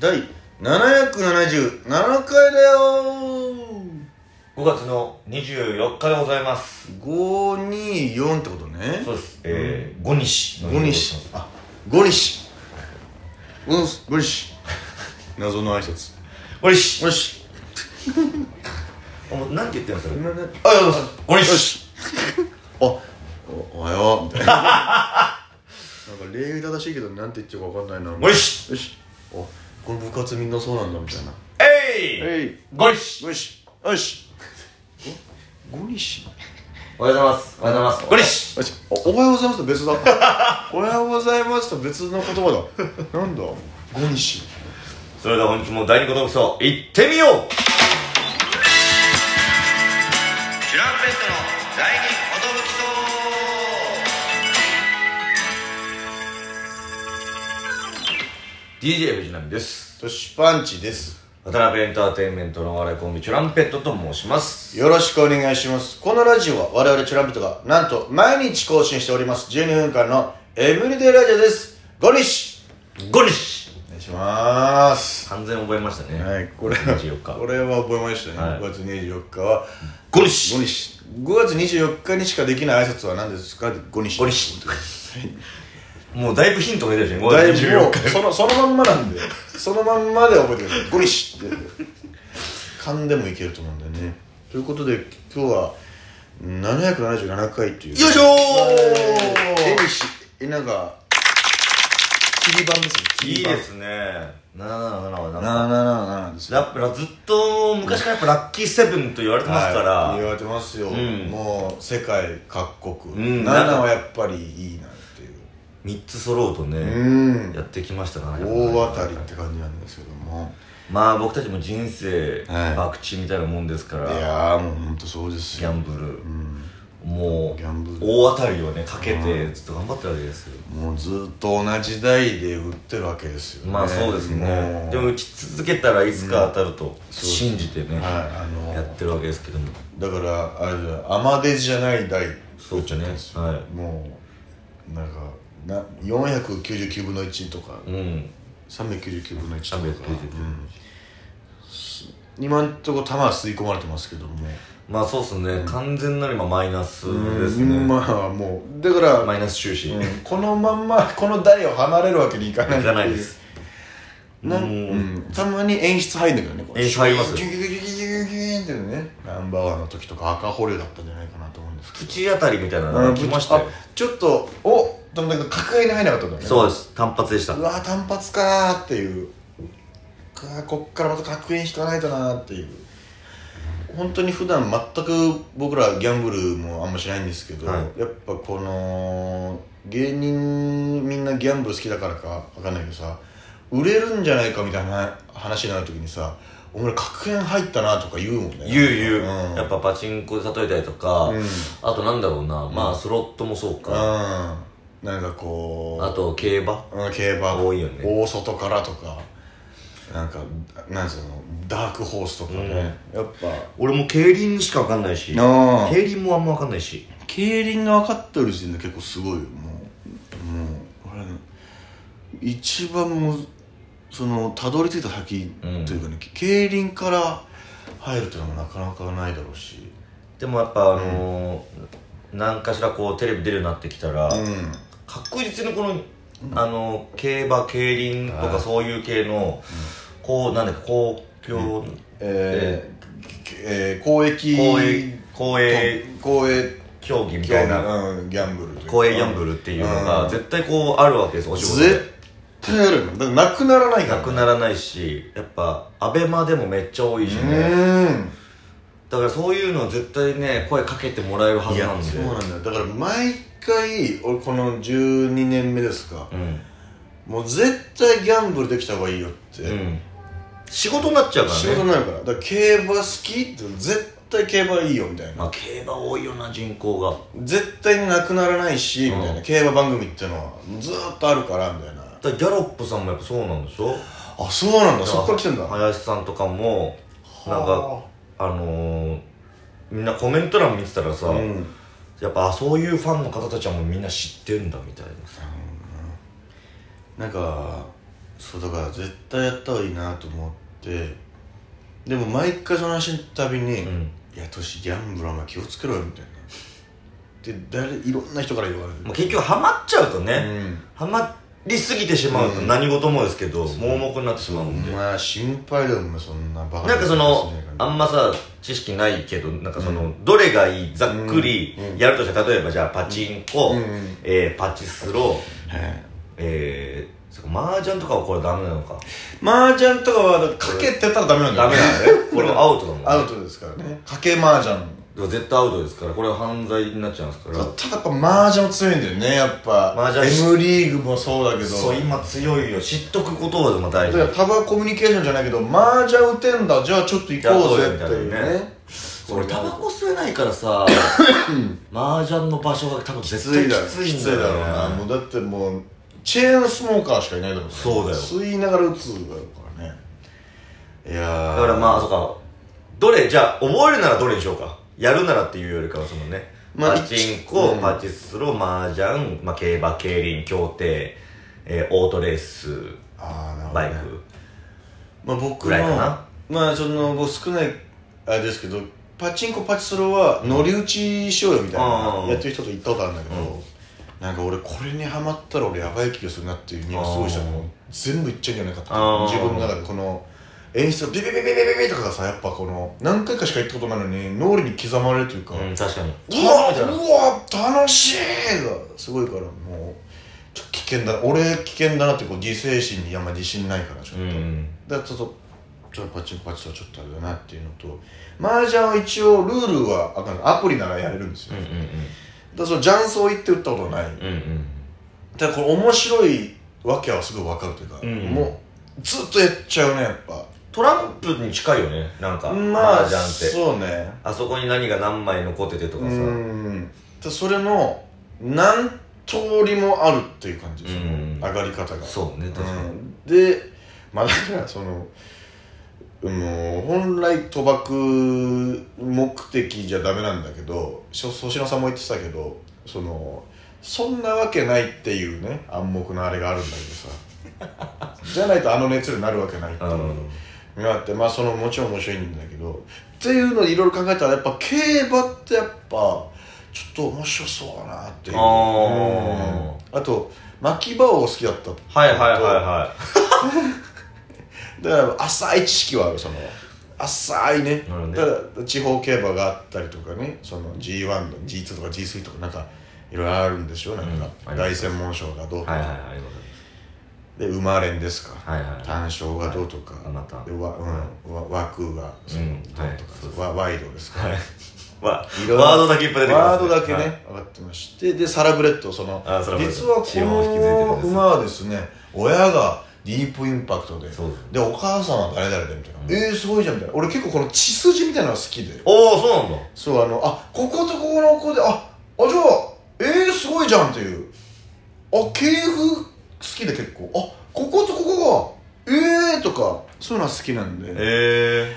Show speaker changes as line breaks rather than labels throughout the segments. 第777回だよ
5月の24日でございます
524ってことね
そうです、えー、5日の日
5日あ5日うん5日謎の挨拶
5日
5日
お前なんて言ってんのそれ
今ね
あよす5
よ
日
しあおおはようみ たいななんか礼儀正しいけどなんて言っちゃうか分かんないな
5日
よしあこの部活みんなそうなんだみたいな
えい
い
5日
よしよし5日
おはようございますおはようございます
あちょおはようございますと別だ おはようございますと別の言葉だなんだ5日
5日それでは本日も第二言武装行ってみようチュランペットの第二言武装 DJ 藤波です
トシパンチです
渡辺エンターテインメントのお笑いコンビチュランペットと申します
よろしくお願いしますこのラジオは我々チュランペットがなんと毎日更新しております12分間のエブリデイラジオです5日
ゴリッシュ
お願いします
完全覚えましたね、
はいこれ
24日
これは覚えましたね、
はい
5月24日は
ゴリ
5
ッシュ
日5月24日にしかできない挨拶は何ですか5日
ゴリッシュもうだいぶヒントが出てるね5
だい
月
ぶも
24
う
日
そのそのまんまなんでそのまんまで覚えてくださいゴリシって噛んでもいけると思うんだよねということで今日は777回っていう
よいしょー
えりしえなんか切り板ですね切
い
り
い
板
ですね777はなん
777
か
ですね
ラップラずっと昔からやっぱラッキーセブンと言われてますから、
はい言われてますよ、
ん
もう世界各国、
うん
7はやっぱりいいなっていう
3つ揃うとね、
うん
やってきましたからね
大当たりって感じなんですけども
まあ僕たちも人生、
はい
博打みたいなもんですか
い
ら
やーもうほんとそうです
ギ
よ
ャンブル、
うん
もう
ギャンブル
大当たりをねかけてずっと頑張ってるわけですよ、
もうずっと同じ台で打ってるわけですよね
まあそうですね
もう
でも打ち続けたらいつか当たると信じてね、
はいあの
やってるわけですけども
だからあれだよアマデジじゃない台
そうですねは
もうなんかな499分の1とか、
いうん
399分の1とか
399
今んとこ球は吸い込まれてますけども
まあそうですね、完全なる今マイナスです
う
ね、
んまあもうだから、
マイナス収支、
う
い
んこのまんまこの台を離れるわけにいかないって
か
う
ないです
なんうんたまに演出入んだけどねこれ
演出入ります
ギュギュギュギュギュギュギュギュってねナンバーワンの時とか赤保留だったんじゃないかなと思うんですけど
口当たりみたいなのが来ましたよ
あちょっとおでもなんか確変に入らなかったんだよね
そうです単発でした
うわー単発かーっていうかーこっからまた確変引かないとなーっていう本当に普段全く僕らギャンブルもあんましないんですけど、
は
やっぱこの芸人みんなギャンブル好きだからかわかんないけどさ売れるんじゃないかみたいな話になる時にさ「お前確変入ったな」とか言うもんね
ゆうゆう、
ん
やっぱパチンコで例えたりとか、
うん
あとなんだろうなまあスロットもそうか、
うんなんかこう
あと競馬
うん競馬
多いよね
大外からとかなんかなんつうのダークホースとかね、やっぱ
俺も競輪しか分かんないし
な
競輪もあんま分かんないし
競輪が分かってる時点で結構すごいよもうもう俺一番もうそのたどり着いた先と
うん
いうかね、競輪から入るっていうのもなかなかないだろうし
でもやっぱあのー何かしらこうテレビ出るようになってきたら、
うん
確実にこの、あのー競馬競輪と
はい
かそういう系の、こうなんだっけ公共、
えーえー公益
公営公営
公営
競技み
競
た
技
いな
うんギャンブルというか
公営ギャンブルっていうのが絶対こうあるわけですお仕事で
絶対やるよだってなくならないか
な
ら
くならないしやっぱアベマでもめっちゃ多いし
う
ね、
ーん
だからそういうの絶対ね声かけてもらえるはいずな
や
んで
そうなんだよだから毎回俺この12年目ですか
うん、
もう絶対ギャンブルできた方がいいよって、
うん、仕事になっちゃうからね
仕事になるからだから競馬好きって絶対競馬いいよみたいな、
まあ、競馬多いよな人口が
絶対になくならないし、
うん
みたいな競馬番組っていうのはずーっとあるからみたいな
だからギャロップさんもやっぱそうなんでしょ
あそうなんだそっから来てんだ
林さんとかもなんか
は
あのー、みんなコメント欄見てたらさ、
あうん
やっぱあそういうファンの方たちはもうみんな知ってるんだみたいなさ
なんかそうだから絶対やった方がいいなと思ってでも毎回その話のたびに「
うん
いやトシギャンブルはお前気をつけろよ」みたいなで誰いろんな人から言われる
まあ、結局ハマっちゃうとね、
うん
ハマりすぎてしまうと
うん
何事もですけど、盲目になってしまう
お
んで、
前心配だよお前そんなバカ
なんかそのあ
あ
んまさ知識ないけどなんかその、どれがいいざっくり
うん
やるとしたら例えばじゃあパチンコ、
うんうん
えーパチスロ
はい
えーそっか麻雀とかはこれダメなのか
麻雀とかはかけてたらダメなんだ
ダ
よね
メな のねこれはアウトだもん、ね、
アウトですからねかけ麻雀
でも絶対アウトですからこれは犯罪になっちゃうんですから
ただやっぱ麻雀も強いんだよねやっぱ
麻雀
M リーグもそうだけど
そう今強いよ知っとくことはでも大
だ
事
からパワーコミュニケーションじゃないけど麻雀打てんだじゃあちょっと行こうぜっていう
いやそうだよ
ね
俺タバコ吸えないから さ麻雀の場所が多分
き
絶
つ
対
い
き
だろ
つい
き
ん
つ
だ
い
よ
だろうな
ね
もうだってもうチェーンスモーカーしかいないだろう
そうだよ
吸いながら打つだろうからねいやー
だからまあそうかどれじゃあ覚えるならどれにしようかやるならっていうよりかはそのね、
まあ
パチンコ、
うん
パチスロ麻雀、まあ、競馬競輪競艇、えーオートレース
あーなるほど
バイ
ね
ク、
まあ僕
ぐらいか
の
な
まあその僕少ないあれですけどパチンコパチスロは乗り打ちしようよみたい
うん
なやってる人と行ったことあるんだけど、なんか俺これにハマったら俺やばい気がするなっていう匂いがすごいした
う
の
ん
全部いっちゃうんじゃないかって
うん
自分の中でこの演出のビビビビビビビとかがさやっぱこの何回かしか行ったことないのに脳裏に刻まれるというか、
うん、確かに
うわうわ楽しいがすごいからもうちょっと危険だ俺危険だなってこう自制心にあんま自信ないからちょっ
う
と、
ん
だからちょっとちょっとパチンコパチンコはちょっとあれだなっていうのと麻雀は一応ルールはあかんないアプリならやれるんです
うん
よ、
うん
だからその雀荘行って打ったことない、
うんうん
ただこれ面白いわけはすごい分かるというか、
うん
もうずっとやっちゃうねやっぱ
トランプに近いよねなんか
まあ
麻雀って
そうね
あそこに何が何枚残っててとか
う
さ、
んだそれの何通りもあるっていう感じですよ、
うん
上がり方が
そうね確かに、
うんでまあだからそのもう本来賭博目的じゃダメなんだけどしょ粗品さんも言ってたけどそのそんなわけないっていうね暗黙のあれがあるんだけどさ じゃないとあの熱量になるわけないっていう
う
の
ん
があってまあそのもちろん面白いんだけどっていうのいろいろ考えたらやっぱ競馬ってやっぱちょっと面白そうだなっていう
あ
うんあと巻き場を好きだった
はいはいはいは
だから浅い知識はあるその浅いね
なるほどね
だから地方競馬があったりとかねその G1 の G2 とか G3 とかなんかいろいろあるんでしょなんか、
うん
大専門賞がどうと
い
か、
はいはいありがとうございます
で馬連ですか
はいはい
単勝がどうとか、
はいあまた
でわうん、わ枠がその、
うん
どうと
はい
か
そう、
わワイドですか、
わ
いろいろ
ワードだけいっぱい出てきます
ワードだけね、
はい
分かってましてでサラブレッドその
あサラブレッド
実はこ
血を引き継いでるん
の
ですね
馬はですね親がディープインパクトで
そうです
でお母さんは誰々でみたいな、えー、すごいじゃんみたいな俺結構この血筋みたいなのが好きで
おおそうなんだ
そうあのあこことここの子でああじゃあえー、すごいじゃんっていうあ系譜好きで結構あこことここがえーとかそういうのは好きなんで
へえ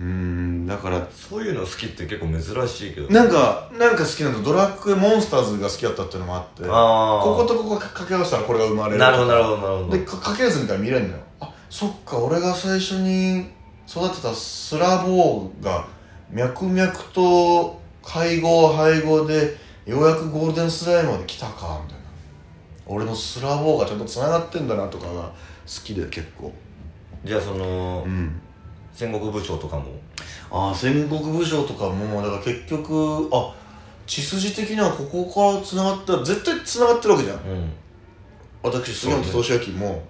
うーんだから
そういうの好きって結構珍しいけど
なんかなんか好きなのドラクエモンスターズが好きだったっていうのもあって
ああ
こことここが掛け合わせたらこれが生まれる
なるほどなるほどなるほど
でか掛け合わせみたいなの見れるのよあそっか俺が最初に育てたスラボーが脈々と配合配合でようやくゴールデンスライムまで来たかみたいな俺のスラボーがちゃんとつながってんだなとかが好きで結構
じゃあその
うん
戦国武将とかも
ああ戦国武将とかもだから結局あ血筋的にはここからつながった絶対つながってるわけじゃん
うん
私杉本俊明も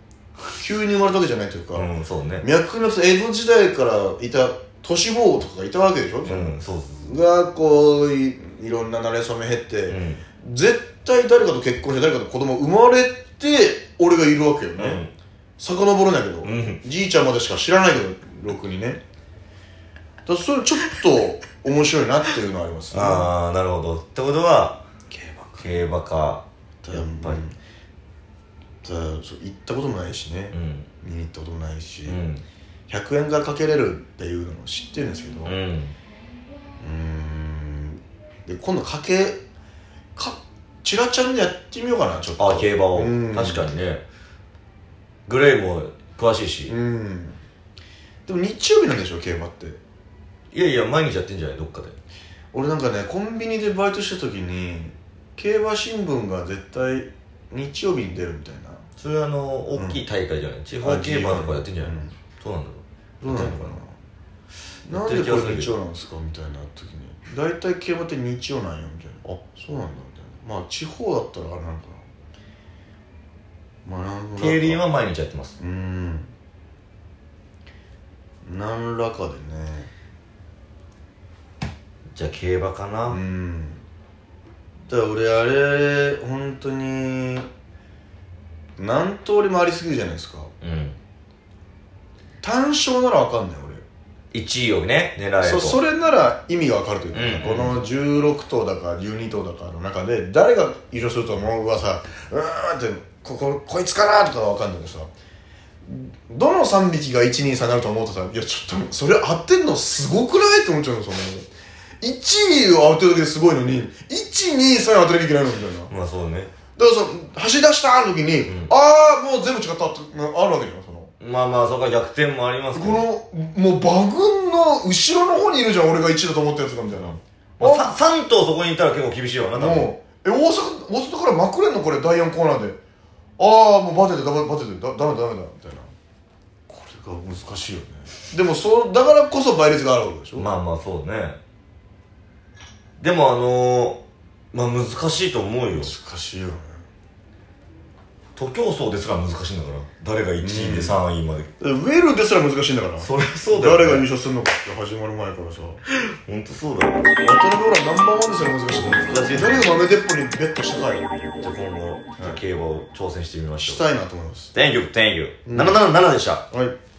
急に生まれたわけじゃないというか、
うんそうね
脈々と江戸時代からいた都市坊とかがいたわけでしょ、
うんそうそう
がこういいろんな馴れ初め経って、
そううん
絶対誰かと結婚して誰かと子供生まれて俺がいるわけよ
う
ね、
ん
遡るんだけど、
うん
じいちゃんまでしか知らないけどろくにねだからそれちょっと面白いなっていうのはありますね
ああなるほどってことは
競馬か
競馬か
や
や
っ
っ
ぱ
ぱ
り
り
行ったこともないしね
う、ん
見に行ったこともないし、
うん
100円がかけれるっていうのを知ってるんですけど、
うん
うーんで今度かけかチラちゃんでやってみようかなちょっと
あ競馬を
うん
確かにねグレイも詳しいし、
うんでも日曜日なんでしょ競馬って
いやいや毎日やってんじゃないどっかで
俺なんかねコンビニでバイトした時に競馬新聞が絶対日曜日に出るみたいな
それはあの大きい大会じゃない、地方競馬とかやってんじゃないの、
うん
そうなんだろ
どうなのかななんでこれ日曜なんですかみたいな時に大体競馬って日曜なんよみたいなあそうなんだみたいなまあ地方だったらあれなのかなまあなん
う
か
競輪は毎日やってます
うん何らかでね
じゃあ競馬かな、
うんだから俺あれ本当に何通り回りすぎるじゃないですか
うん、
単勝なら分かんない俺
1位をね狙えと
そそれなら意味がわかるというか、
うんう
こ
ん
の16頭だか12頭だかの中で誰が優勝すると思うはさうーんってこここいつかなとかはわかんないけどさどの3匹が123なると思うとさいやちょっとそれ当てんのすごくないって思っちゃうのその1位を当てるだけですごいのに123当てなきゃいけないのみたいな
まあそうね
だからその走り出した時に、
うん
ああもう全部違ったってあるわけじゃんその
まあまあそこは逆転もありますけど、
このもう馬群の後ろの方にいるじゃん俺が1だと思ったやつがみたいな
まあ、さ3頭そこにいたら結構厳しいわな多分
もうえ大阪大阪からまくれんのこれ第4コーナーでああもうバテてダメバテてだダメだダメだみたいなこれが難しいよねでもそうだからこそ倍率があるわけでしょ、
まあまあそうねでもあのー、まあ難しいと思うよ
難しいよね
徒競走ですら難しいんだから誰が1位で3位まで、
えウェルですら難しいんだから
そりゃそうだよ、ね、
誰が優勝するのかって始まる前からさ
ほんとそうだよ
バトルローラーナンバーワンですら難しいんだから
難しい
誰が豆鉄砲にベットしたかよ
じゃあ今後、じゃあ競馬を挑戦してみましょう
したいなと思います
「Thank you, thank you」
ん
777でした
はい